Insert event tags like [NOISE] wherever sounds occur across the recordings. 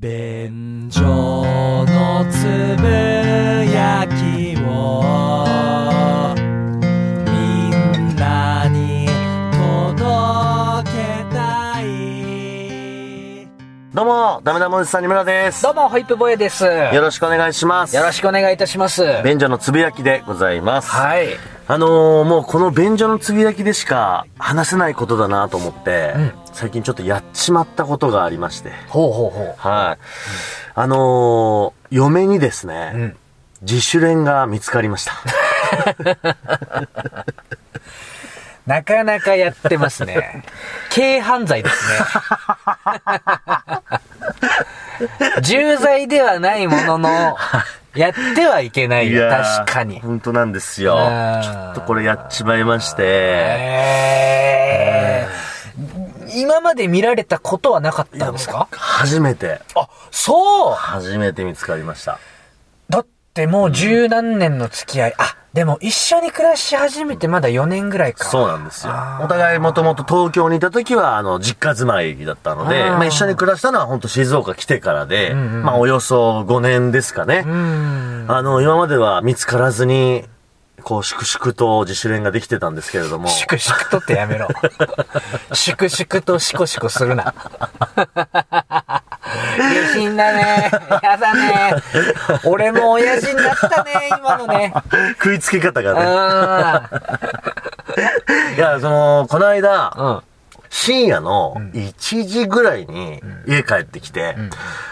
便所のつぶやきをみんなに届けたいどうも、ダメダメおじさんにむらです。どうも、ホイップボーイです。よよろしくお願いします。ろしくお願いいたします。は便所のつぶやきでございます。い。あのー、もうこの便所のつぶやきでしか話せないことだなと思って、最近ちょっとやっちまったことがありまして。ほうほうほう。はい。あのー、嫁にですね、自主練が見つかりました。なかなかやってます [LAUGHS] ね。軽犯罪ですね。重罪ではないものの、やってはいけないよ。確かに。本当なんですよ。ちうんょっとこれやっちまいまして。えー今まで見られたことはなかったんですか初めて、あ、そう初めて見つかりました。だってもう十何年の付き合い。あ、でも一緒に暮らし始めてまだ4年ぐらいか。そうなんですよあ。ーお互いもともと東京にいた時は、あの、実家住まいだったので、あーまあ一緒に暮らしたのは本当静岡来てからで、んうんまあおよそ5年ですかね。うん。あの、今までは見つからずに、こう、粛々と自主練ができてたんですけれども、粛々とってやめろ。粛々とシコシコするな。下品だね。やだね。俺も親父になったね、今のね。 [LAUGHS] 食いつき方がね。ういや、その、この間、ん。うん。深夜の1時ぐらいに家帰ってきて、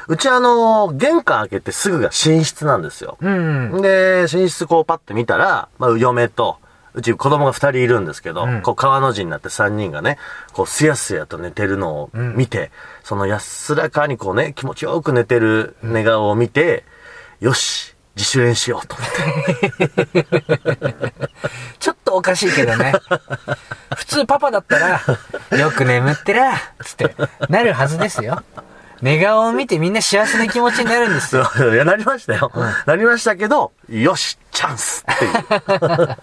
うちあの、玄関開けてすぐが寝室なんですよ。うん。で、寝室こうパッて見たら、まあ、嫁と、うち子供が二人いるんですけど、こう川の字になって三人がね、こうすやすやと寝てるのを見て、その安らかにこうね、気持ちよく寝てる寝顔を見て、よし、自主練しようと思って。 [LAUGHS] ちょっとおかしいけどね。普通パパだったら、よく眠ってら、つって、なるはずですよ。寝顔を見てみんな幸せな気持ちになるんですよ。そういや、なりましたよ。なりましたけど、よし、チャンスっていう。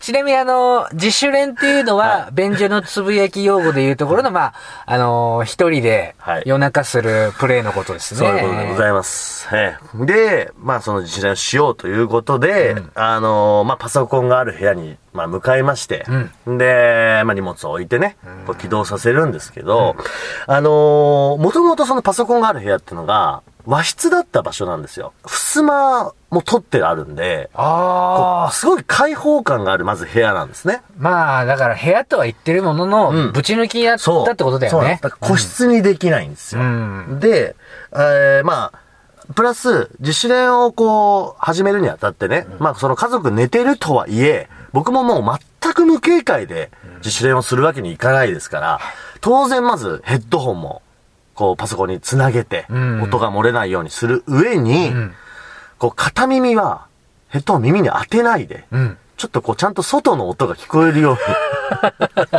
ちなみにあの、自主練っていうのは、便所のつぶやき用語でいうところの、まあ、あの、一人ではい夜中するプレイのことですね。そういうことでございます。ええで、まあその自主練をしようということで、あのーまあパソコンがある部屋に、まあ向かいまして、で、まあ荷物を置いてね、こう起動させるんですけど、あのもともとそのパソコンがある部屋ってのが、和室だった場所なんですよ。襖も取ってあるんで、こあうすごい開放感がある、まず部屋なんですね。あ。まあ、だから部屋とは言ってるものの、うんぶち抜きになったそう。ってことだそうよなんでねす。だから個室にできないんですよ。うんで、えーまあ、プラス、自主練をこう、始めるにあたってね、まあ、その家族寝てるとはいえ、僕ももう全く無警戒で自主練をするわけにいかないですから、当然まずヘッドホンも、こう、パソコンにつなげて、ん音が漏れないようにする上に、こう、片耳は、ヘッドホン耳に当てないで、んちょっとこう、ちゃんと外の音が聞こえるように、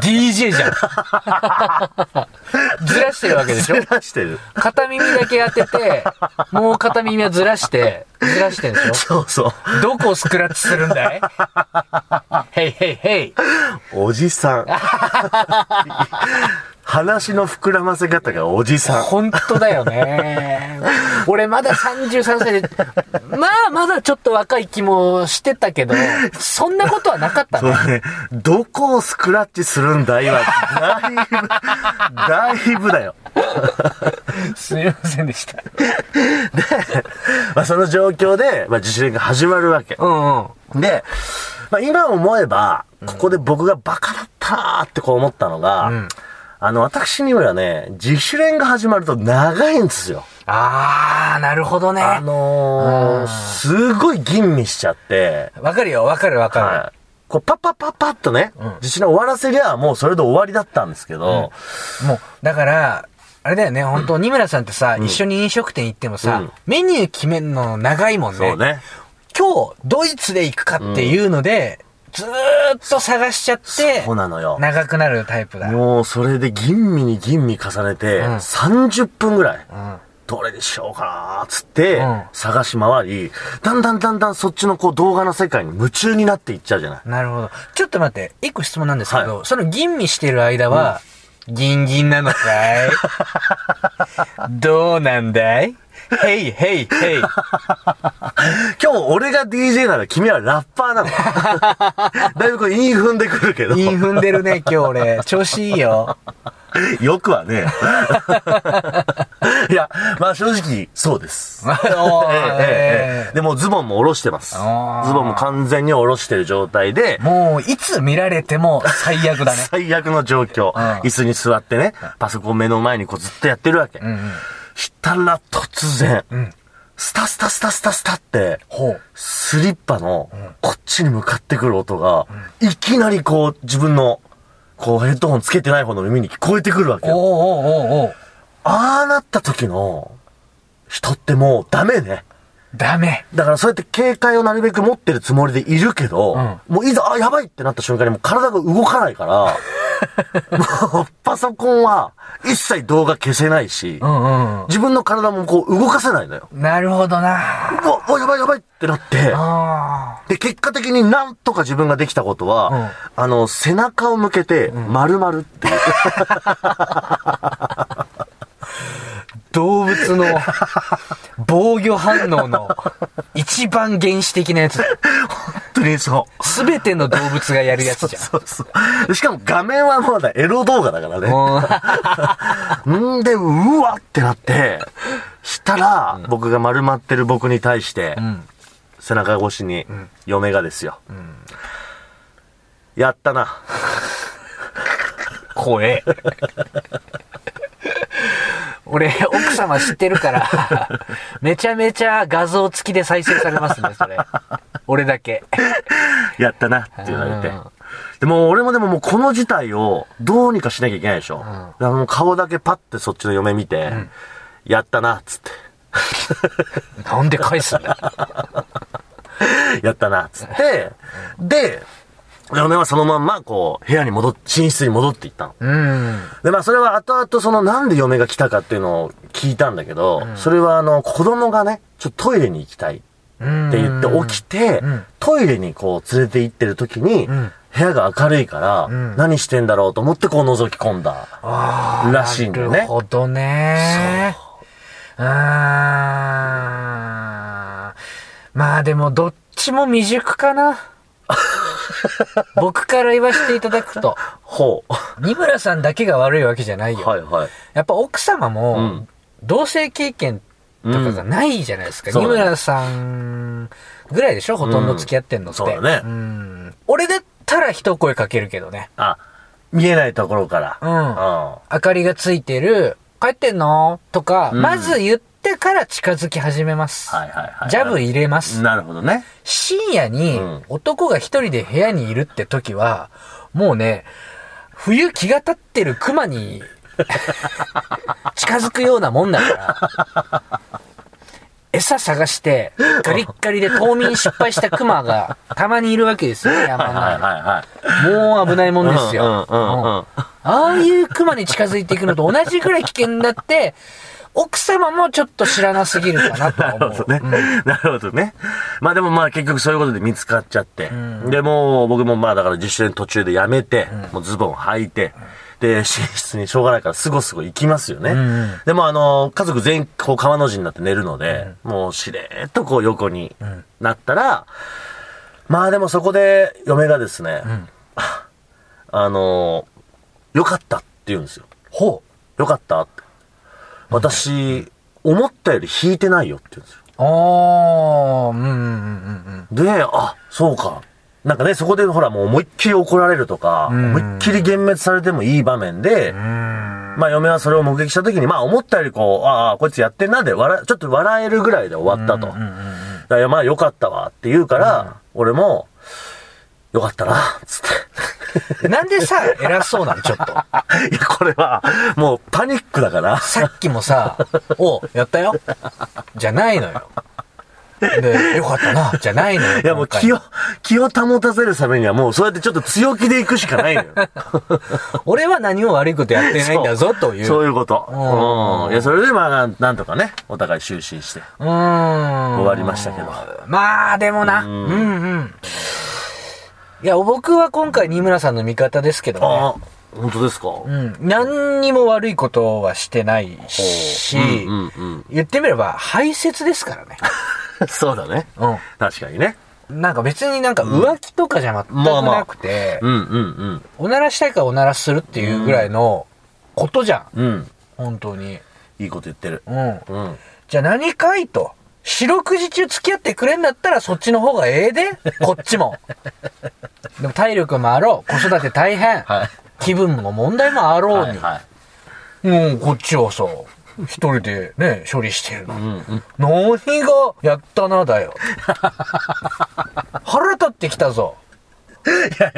DJ じゃん。 [LAUGHS] ずらしてるわけでしょ [LAUGHS] ずらしてる。片耳だけ当てて、もう片耳はずらして、ずらしてんでしょそうそう。どこをスクラッチするんだい [LAUGHS] ヘイヘイヘイ。おじさ [LAUGHS] ん。話の膨らませ方がおじさん。本当だよ [LAUGHS] ね。俺まだ33歳で、まあまだちょっと若い気もしてたけど、そんなことはなかったそうね。ね、どこをスクラッチするんだいは、だいぶ、だいぶだよ。すみませんでした。まあ、その状況で、まあ、自主練が始まるわけ。うんうん。で、まあ、今思えば、ここで僕がバカだったなーってこう思ったのが、あの、私にはね、自主練が始まると長いんですよ。あー、なるほどね。あのー、すごい吟味しちゃって、わかるよ、わかるわかはい。こう、パッパッパッパッとね、自主練終わらせりゃ、もうそれで終わりだったんですけど、る。もう、だから、あれだよね、本当二村さんってさ、一緒に飲食店行ってもさ、うんメニュー決めるの長いもんね。そうね。今日、ドイツで行くかっていうので、ずーっと探しちゃってそう、なのよ。長くなるタイプだ。もう、それで吟味に吟味重ねて、ん30分ぐらい、うんどれにしようかなーっつって、うん探し回り、だんだんだんだんそっちのこう動画の世界に夢中になっていっちゃうじゃない。なるほど。ちょっと待って、一個質問なんですけど、はその吟味してる間は、ギンギンなの [LAUGHS] かいどうなんだいヘイヘイヘイ。今日俺が DJ なら君はラッパーなの。 [LAUGHS] だいぶこれ韻踏んでくるけど。イン踏んでるね、今日俺。調子いいよ。よくはね。 [LAUGHS] いや、まあ正直、そ [LAUGHS] うです。 [LAUGHS] お [LAUGHS] ええええええーでもうズボンも下ろしてます。ズーボンも完全に下ろしてる状態で、もう、いつ見られても最悪だね。最悪の状況、うん椅子に座ってね、パソコン目の前にこうずっとやってるわ [LAUGHS] け。うんうん。したら突然、スタスタスタスタスタって、ほう。スリッパのこっちに向かってくる音が、いきなりこう自分のこうヘッドホンつけてない方の耳に聞こえてくるわけおうよ。おうおうおう。ああなった時の人ってもうダメね。ダメ。だからそうやって警戒をなるべく持ってるつもりでいるけど、もういざ、あ、やばいってなった瞬間にもう体が動かない [LAUGHS] から、もうパソコンは一切動画消せないし、うんうん。自分の体もこう動かせないのよ。なるほどな。うわ、うわやばいやばいってなって、あで、結果的になんとか自分ができたことは、あの、背中を向けて、丸々っていう、ー動物の防御反応の一番原始的なやつ。本当にそう。すべての動物がやるやつじゃん。そうそう。でしかも画面はまだエロ動画だからね。もうんで、うわってなって、したら、僕が丸まってる僕に対して、背中越しに、嫁がですよ。やったな。怖え。俺、奥様知ってるから、めちゃめちゃ画像付きで再生されますね、それ。俺だけ。やったなって言われてうん。でも俺もでももうこの事態をどうにかしなきゃいけないでしょ。だからもう顔だけパッてそっちの嫁見て、やったなっつっなんで返すんだ。て、 [LAUGHS] やったなっつって、で、嫁はそのまんまこう部屋に戻っ、寝室に戻っていったの。うん。でまあそれは後々そのなんで嫁が来たかっていうのを聞いたんだけど、それはあの子供がね、ちょっとトイレに行きたい。って言って起きて、トイレにこう連れて行ってる時に、部屋が明るいから、何してんだろうと思ってこう覗き込んだらしいんだよなねる。ほどね。うーん。まあでも、どっちも未熟かな。僕から言わせていただくと、ほう。二村さんだけが悪いわけじゃないよ。はいはい。やっぱ奥様もん、同性経験とかがないじゃないですか。うんそ二うだね村さんぐらいでしょほとんど付き合ってんのって。うんそうだねん俺だったら一声かけるけどね。あ、見えないところから。うん明かりがついてる、帰ってんのとか、んまず言ってから近づき始めます。はいはいはい。ジャブ入れます。なるほどね。深夜にうん男が一人で部屋にいるって時は、もうね、冬気が立ってる熊に近づくようなもんだから、餌探して、ガリッガリで冬眠失敗した熊がたまにいるわけですよ、山はいの中はいに。はいはもい。う危ないもんですよ。うんうんうんうんああいう熊に近づいていくのと同じぐらい危険だって、奥様もちょっと知らなすぎるかなとはな [LAUGHS] 思う。るほどね。なるほどね。まあでもまあ結局そういうことで見つかっちゃって。で、もう僕もまあだから実習の途中でやめて、もうズボン履いて、で、寝室にしょうがないからすごすご行きますよね。でもあの、家族全員こう川の字になって寝るので、もうしれーっとこう横になったら、まあでもそこで嫁がですね、あの、よかったって言うんですよ。ほよかったって。私、思ったより引いてないよって言うんですよ。う。ああ、うんうんうんうんで、あ、そうか。なんかね、そこでほらもう思いっきり怒られるとか、思いっきり幻滅されてもいい場面で、まあ嫁はそれを目撃した時に、まあ思ったよりこう、ああ、こいつやってんなで笑、ちょっと笑えるぐらいで終わったと。だからまあよかったわって言うから、俺も、よかったな、つっうん。なんでさ、偉そうなのちょっと。て。いや、これは、もうパニックだから。さっきもさ、おやったよ。じゃないのよ。で、よかったな、じゃないのよ。 [LAUGHS] いやもう今回気を、気を保たせるためにはもうそうやってちょっと強気でいくしかないのよ。俺は何も悪いことやってないんだぞ、という。そうういうこと。うんうん。いや、それでまあなん、なんとかね、お互い就寝してーん。終終わりましたけど。まあ、でもな。うんうん。いや、僕は今回、新村さんの味方ですけどね。あ本当ですかうん。何にも悪いことはしてないし、うんうん言ってみれば排泄ですからね。うん。そうだね。う確かにね。ん。なんか別になんか浮気とかじゃ全くまあまあなくて、うんうんおならしたいからおならするっていうぐらいのことじゃん。うん。うん。本当に。いいこと言ってる。うん。うん。じゃあ何かいと。四六時中付き合ってくれんだったらそっちの方がええで。こっち [LAUGHS] も。でも体力もあろう。子育て大変。はい気分の問題もあろうに。はいはい。もうこっちはさ、一人でね、処理してるの。うんうん。何がやったなだ [LAUGHS] よ。腹立ってきたぞ。いやい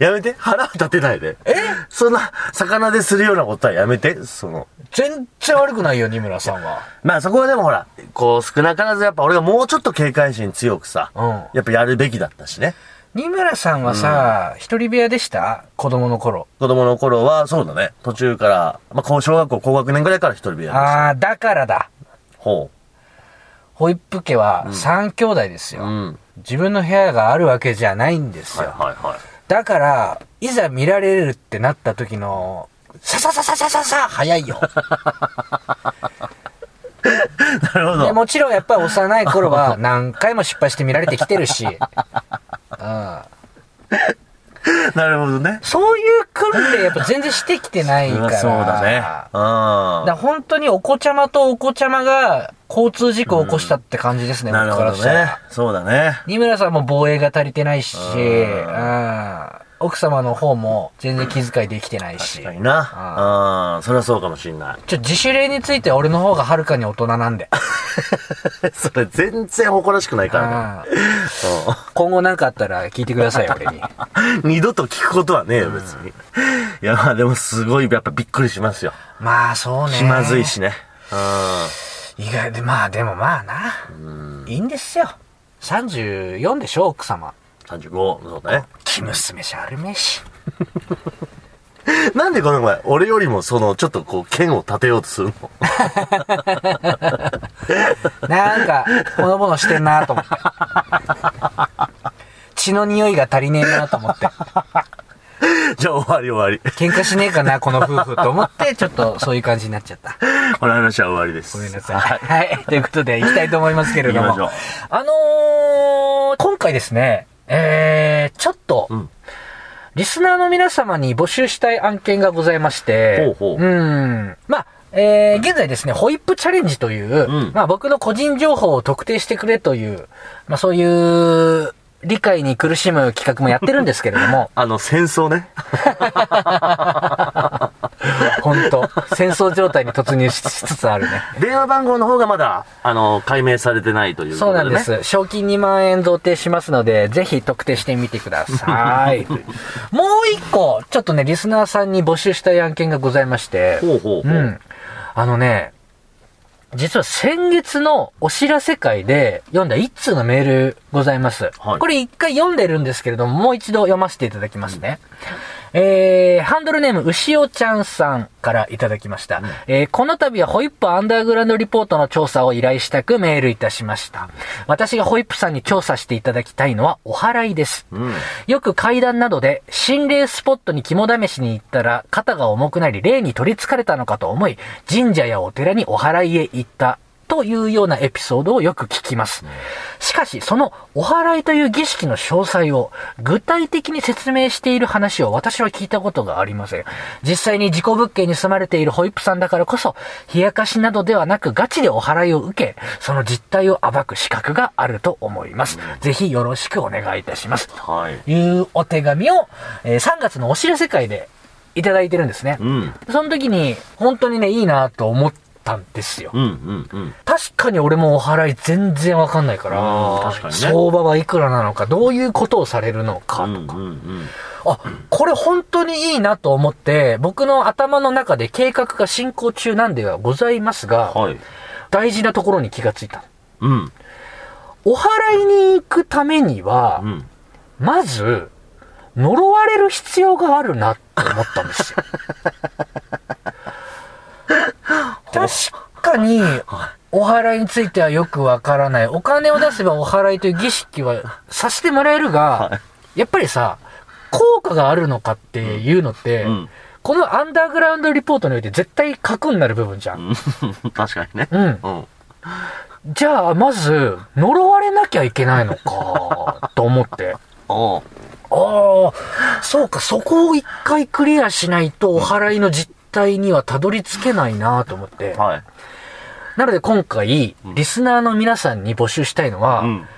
や、やめて。腹は立てないで。えそんな、魚でするようなことはやめて。その、全然悪くないよ、二村さんは。まあそこはでもほら、こう少なからずやっぱ俺がもうちょっと警戒心強くさ、うんやっぱやるべきだったしね。二村さんはさ、一人部屋でした子供の頃。子供の頃は、そうだね、途中から、まあこう小学校高学年ぐらいから一人部屋でしああ、だからだ。た。ほホイップ家は三兄弟ですう。よ、うん。自分の部屋があるわけじゃないんですはいよ。はいはい。だから、いざ見られるってなった時の、さささささささ早いよ。なるほでど。もちろんやっぱり幼い頃は何回も失敗して見られてきてるし、うん、なるほどね。そういう訓練やっぱ全然してきてないかんら。そうだね。だかうら本当にお子ちゃまとお子ちゃまが交通事故を起こしたって感じですね、ん。なる僕ほからどしたらね。そうだね。二村さんも防衛が足りてないし、んうん奥様の方も全然気遣いできてないし確。かにな。うん。それはそうかもしんない。ちょ、自主練について俺の方がはるかに大人なん [LAUGHS] で。 [LAUGHS] それ全然誇らしくないからね。うん今後何かあったら聞いてください、俺に。うん [LAUGHS] 二度と聞くことはねえよ、別に。いや、まあでもすごい、やっぱびっくりしますよ。 [LAUGHS] まあそうね。気まずいしね。うん。意外で、まあでもまあな。いいんですよ。34でしょ、奥様。 35、そうね。生娘じゃあるめえし。なんでこの前、俺よりもその、ちょっとこう、剣を立てようとするの [LAUGHS] なんか、ほのぼのしてんなと思って。血の匂いが足りねえなと思って。じゃあ終わり終わ喧嘩しねえかな、この夫婦と思って、ちょっとそういう感じになっちゃった。り。この話は終わりです。ごめんなさい。はい。 [LAUGHS] ということで、行きたいと思いますけれども。行きましょうあのー、今回ですね、えー、ちょっと、んリスナーの皆様に募集したい案件がございまして、。ほうほうんまあ、えー、現在ですね、ホイップチャレンジという、うんまあ僕の個人情報を特定してくれという、まあそういう、理解に苦しむ企画もやってるんですけれど [LAUGHS]、もあの、戦争ね。本当戦争状態に突入ししつつあるね。電話番号の方がまだ、あの、解明されてないというこそうとで、ね。なんで。す。賞金2万円贈呈しますので、ぜひ特定してみてくださ [LAUGHS] い。もう一個、ちょっとね、リスナーさんに募集したい案件がございまして、ほうほうほう。うん。あのね、実は先月のお知らせ会で読んだ一通のメールございます。はいこれ一回読んでるんですけれども、もう一度読ませていただきますね。えー、ハンドルネーム、牛尾ちゃんさんからいただきました。えー、この度はホイップアンダーグラウンドリポートの調査を依頼したくメールいたしました。私がホイップさんに調査していただきたいのはお祓いです。よく階段などで心霊スポットに肝試しに行ったら肩が重くなり霊に取り憑かれたのかと思い、神社やお寺にお祓いへ行った。というようなエピソードをよく聞きます。しかし、そのお祓いという儀式の詳細を具体的に説明している話を私は聞いたことがありません。実際に事故物件に住まれているホイップさんだからこそ、冷やかしなどではなくガチでお祓いを受け、その実態を暴く資格があると思います。ぜひよろしくお願いいたします。はい。というお手紙を、えー3月のお知らせ会でいただいてるんですね。うん。その時に、本当にね、いいなと思ったんですよ。うん、うん、うん。確かに俺もお祓い全然わかんないから、うん確かにね相場はいくらなのか、どういうことをされるのかうとん、か、うん、あ、これ本当にいいなと思って、僕の頭の中で計画が進行中なんではございますが、うん。はい。大事なところに気がついた。うん、お祓いに行くためには、うん。まず、呪われる必要があるなって思ったん [LAUGHS] ですよ。確かに、お祓いについてはよくわからない。お金を出せばお祓いという儀式はさせてもらえるが、やっぱりさ、効果があるのかっていうのって、うんこのアンダーグラウンドリポートにおいて絶対核になる部分じゃん。 [LAUGHS] 確かにね。うん。うん。じゃあ、まず、呪われなきゃいけないのか、と思って。おうああ、そうか、そこを一回クリアしないと、お祓いの実態にはたどり着けないなと思って。はい。なので今回、リスナーの皆さんに募集したいのは、うん。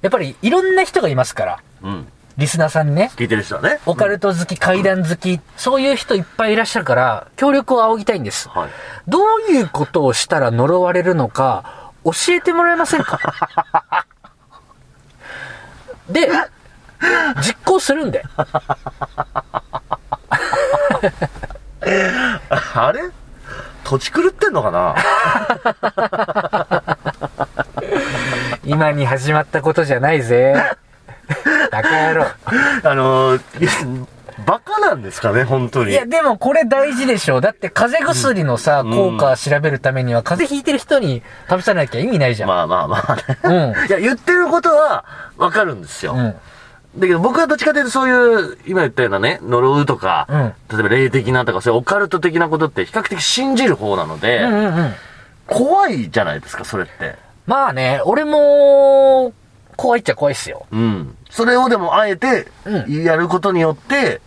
やっぱりいろんな人がいますから、うん。リスナーさんにね。聞いてる人はね。オカルト好き、怪談好き、そういう人いっぱいいらっしゃるから、協力を仰ぎたいんです。はい。どういうことをしたら呪われるのか、教えてもらえません [LAUGHS] かで、実行するんで。あれ土地狂ってんのかな [LAUGHS] 今に始まったことじゃない [LAUGHS] ぜ。バカ野郎。あのー、バカなんですかね、本当いに。や、でもこれ大事でしょ。だって風邪薬のさ、効果調べるためには、風邪ひいてる人に食べさなきゃ意味ないじゃん。まあまあまあね。うん。いや、言ってることはわかるんですよ。うだん。けど僕はどっちかというとそういう、今言ったようなね、呪うとか、例えば霊的なとか、そういうオカルト的なことって比較的信じる方なので、うんうんうん。怖いじゃないですか、それって。まあね、俺も、怖いっちゃ怖いっすよ。うん。それをでもあえて、うやることによって、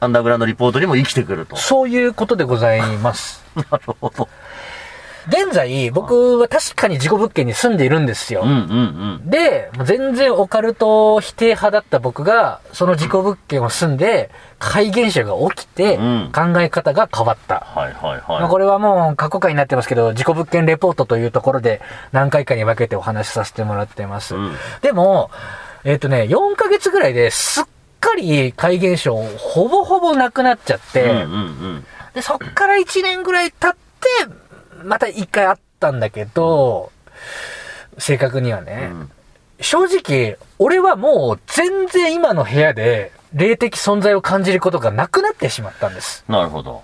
アンダーグラウンドリポートにも生きてくると。そういうことでございます。 [LAUGHS] なるほど。現在、僕は確かに事故物件に住んでいるんですようん。うんうん。で、もう全然オカルト否定派だった僕が、その事故物件を住んで、怪現象が起きてうん、考え方が変わった。はいはいまあ、はこれはもう過去回になってますけど、自己物件レポートというところで何回かに分けてお話しさせてもらってます。うんでも、えっ、とね、4ヶ月ぐらいですっかり怪現象ほぼほぼなくなっちゃって、い。うんうんうん。で、そっから1年ぐらい経って、また1回あったんだけど、正確にはね、うん正直、俺はもう全然今の部屋で霊的存在を感じることがなくなってしまったんです。なるほど。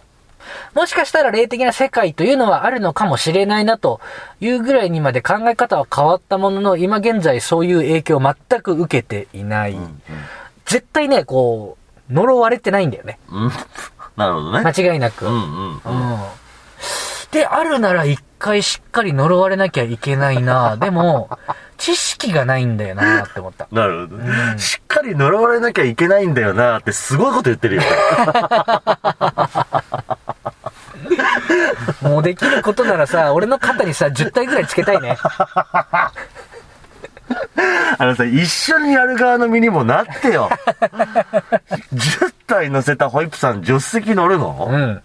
もしかしたら霊的な世界というのはあるのかもしれないなというぐらいにまで考え方は変わったものの、今現在そういう影響を全く受けていない。絶対ね、こう、呪われてないんだよね。うん。 [LAUGHS] なるほど間ね。違いなく。ううん。んうん。で、あるなら一回しっかり呪われなきゃいけないな。でも、知識がないんだよなって思った。なるほど、しっかり呪われなきゃいけないんだよなってすごいこと言ってるよ。もうできることならさ、俺の肩にさ、10体ぐらいつけたいね。あのさ、一緒にやる側の身にもなってよ。10体乗せたホイップさん助手席乗るの、うん。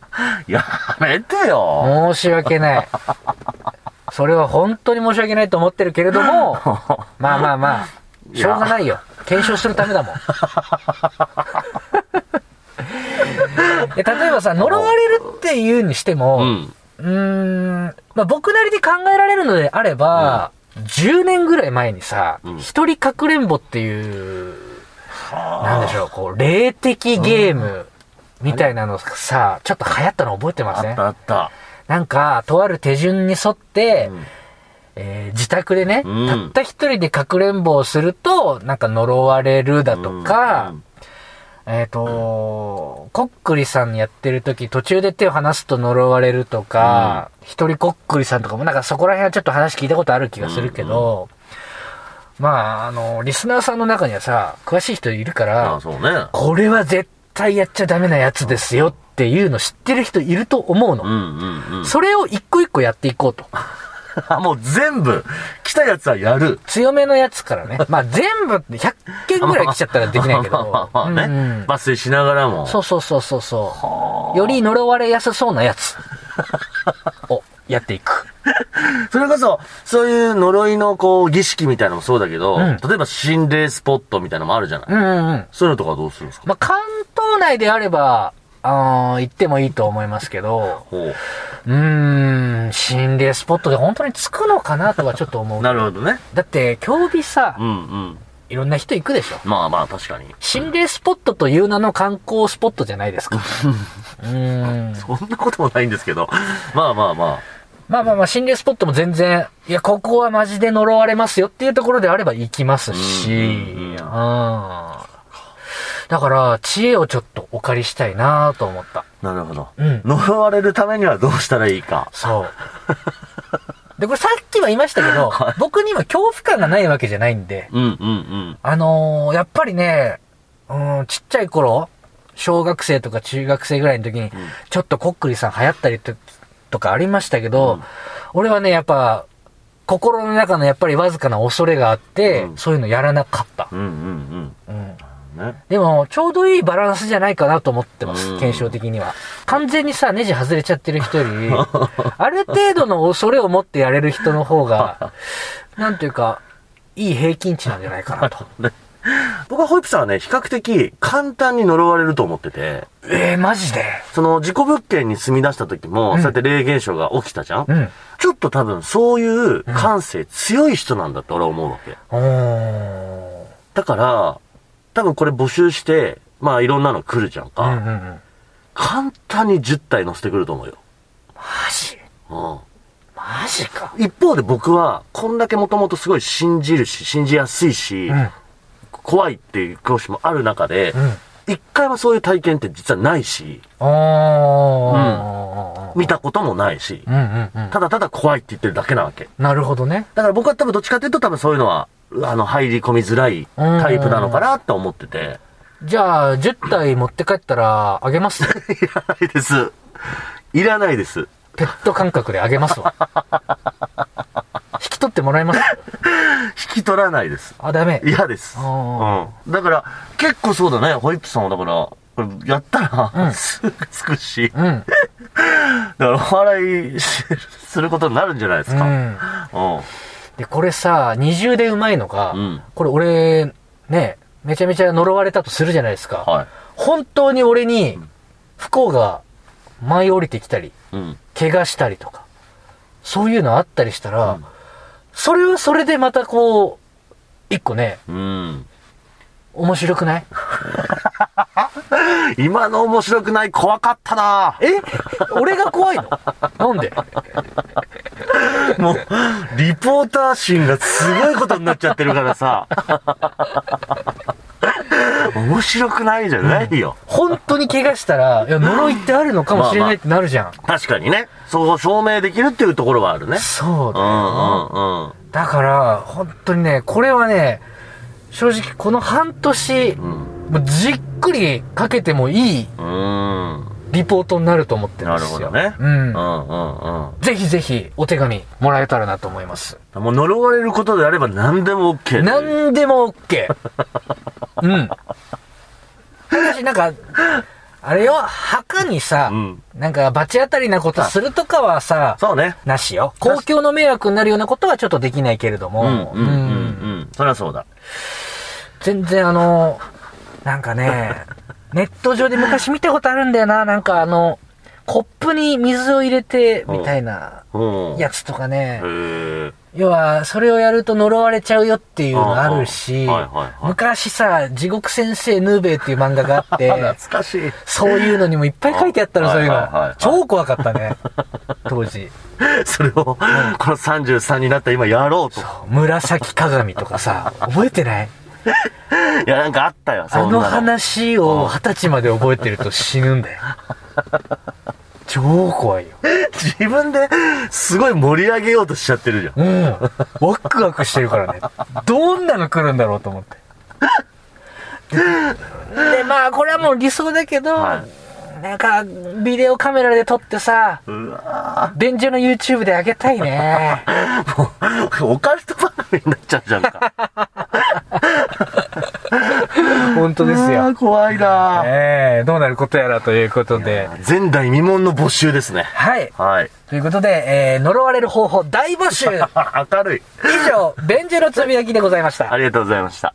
やめてよ。申し訳ない。それは本当に申し訳ないと思ってるけれども、まあまあまあ、いしやょうがないよ。検証するためだもん。で例えばさ、呪われるっていうにしてうも、ん。うーん、まあ僕なりで考えられるのであれば、10年ぐらい前にさう、ん一人かくれんぼっていう、なんでしょう、こう、霊的ゲームみたいなのさ、ちょっと流行ったの覚えてまあせんったあった。なんか、とある手順に沿って、うんえー自宅でね、うんたった一人でかくれんぼをすると、なんか呪われるだとか、うんえっ、と、こっくりさんやってる時途中で手を離すと呪われるとか、一人こっくりさんとかもなんかそこら辺はちょっと話聞いたことある気がするけど、まあ、あの、リスナーさんの中にはさ、詳しい人いるかあら、そうね。これは絶対やっちゃダメなやつですよっていうの知ってる人いると思うの。うんうんうん。それを一個一個やっていこうと。あ、もう全部、来たやつはやる。強めのやつからね。まあ全部、100件ぐらい来ちゃったらできないけど。 [LAUGHS] まあまあまあうね。んうん抜粋しながらも。そうそうそうそうそう。より呪われやすそうなや [LAUGHS] つをやっていく。それこそ、そういう呪いのこう、儀式みたいなのもそうだけど、ん例えば心霊スポットみたいなのもあるじゃない、うんうんうん。そういうのとかはどうするんですかまあ関東内であれば、あー行ってもいいと思いますけど、ほううーん、心霊スポットで本当につくのかなとはちょっと思う。なるほどね。だって、競技さう、んうん。いろんな人行くでしょ。まあまあ、確かに。心霊スポットという名の観光スポットじゃないです [LAUGHS] か。うーん。 [LAUGHS] そんなこともないんですけど。まあまあままあまあまあ、心霊スポットも全然、いや、ここはマジで呪われますよっていうところであれば行きますし、ううんん。うんうんだだから、知恵をちょっとお借りしたいなと思った。なるほど。うん呪われるためにはどうしたらいいか。そう。 [LAUGHS] で、これさっきは言いましたけど、僕には恐怖感がないわけじゃないんで、うんうんうん。あのーやっぱりね、うん、ちっちゃい頃、小学生とか中学生ぐらいの時に、ちょっとこっくりさん流行ったりととかありましたけど、俺はね、やっぱ、心の中のやっぱりわずかな恐れがあって、うんそういうのやらなかった。うんうんうんうん。ね。でも、ちょうどいいバランスじゃないかなと思ってまうんす。検証的には。完全にさ、ネジ外れちゃってる人より、 [LAUGHS] ある程度の恐れを持ってやれる人の方が、なんていうか、いい平均値なんじゃないかな [LAUGHS] と。僕はホイップさんはね、比較的簡単に呪われると思ってて、えー、マジでその事故物件に住み出した時も、うんそうやって霊現象が起きたじゃん、うん。ちょっと多分そういう感性強い人なんだって俺は思うわけ。おー。だから、多分これ募集して、まあいろんなの来るじゃんうか。んうんうん。簡単に10体乗せてくると思うよ。マジうん。マジか。一方で僕は、こんだけもともとすごい信じるし、信じやすいし、うん。怖いっていう教師もある中で、一、回もそういう体験って実はないし、おー。見たこともないし、うんうんうん。ただただ怖いって言ってるだけなわけ。なるほどね。だから僕は多分どっちかっていうと多分そういうのは、あの、入り込みづらいタイプなのかなって思ってて、じゃあ、10体持って帰ったら、あげ [LAUGHS] ます。いらないです。いらないです。ペット感覚であげますわ。引き取ってもらえます引き取らないです。あ、ダメ。嫌です。あうん。だから、結構そうだね、ホイップさんはだから、これやったら、うん [LAUGHS] すぐつくし、うん。うん。だからお笑いしすることになるんじゃないですか。うん。で、これさ、二重でうまいのが、うんこれ俺、ね、めちゃめちゃ呪われたとするじゃないですか。はい。本当に俺に、不幸が舞い降りてきたり、うん。怪我したりとか、そういうのあったりしたら、それはそれでまたこう、一個ね、うん。面白くない今の面白くない怖かったなえ俺が怖いのなんでもう、リポーター心がすごいことになっちゃってるからさ。 [LAUGHS] 面白くないじゃないよ。本当に怪我したら、いや、呪いってあるのかもしれないってなるじゃん。確かにね。そう証明できるっていうところはあるね。そううだよんうんうん。だから、本当にね、これはね、正直この半年、もうじっくりかけてもいいうーん。リポートになると思ってるんなでるすほよ。どね。うん。うんうんうん。ぜひぜひお手紙もらえたらなと思います。もう呪われることであれば何でも OK。何でも OK。うん。私なんか、あれよ、墓にさ、うんなんか罰当たりなことするとかはさ、そうね。なしよ。公共の迷惑になるようなことはちょっとできないけれどうんも、うんうんうんうん。そりゃそうだ。全然あの、なんかね、ネット上で昔見たことあるんだよな、なんかあの、コップに水を入れて、みたいなうん。やつとかねへ、ー要は、それをやると呪われちゃうよっていうのあるしうんうんはいはいはい、昔さ、地獄先生ヌーベイっていう漫画があ [LAUGHS] って、懐かしい。そういうのにもいっぱい書いてあったの、そういうはいはいはいはのい。超怖かった [LAUGHS] ね、当時。それを、この33になった今やろうと。紫鏡とかさ、覚えてないいや、なんかあったよ、そんあなの。話を二十歳まで覚えてると死ぬんだよ。超怖いよ。自分で、すごい盛り上げようとしちゃってるじゃん。うん。ワクワクしてるからね。どんなの来るんだろうと思って。で、でまあ、これはもう理想だけど、はなんか、ビデオカメラで撮ってさ、うわ便所の YouTube で上げたいね。ぁもう、オカルト番組になっちゃうじゃんか。 [LAUGHS] 本当ですうわよぁ。怖いなぁええどうなることやらということで。前代未聞の募集ですね。はい。はい。 [LAUGHS] ということで、えー、呪われる方法大募集明るい。以上、便所のつぶやきでございました。ありがとうございました。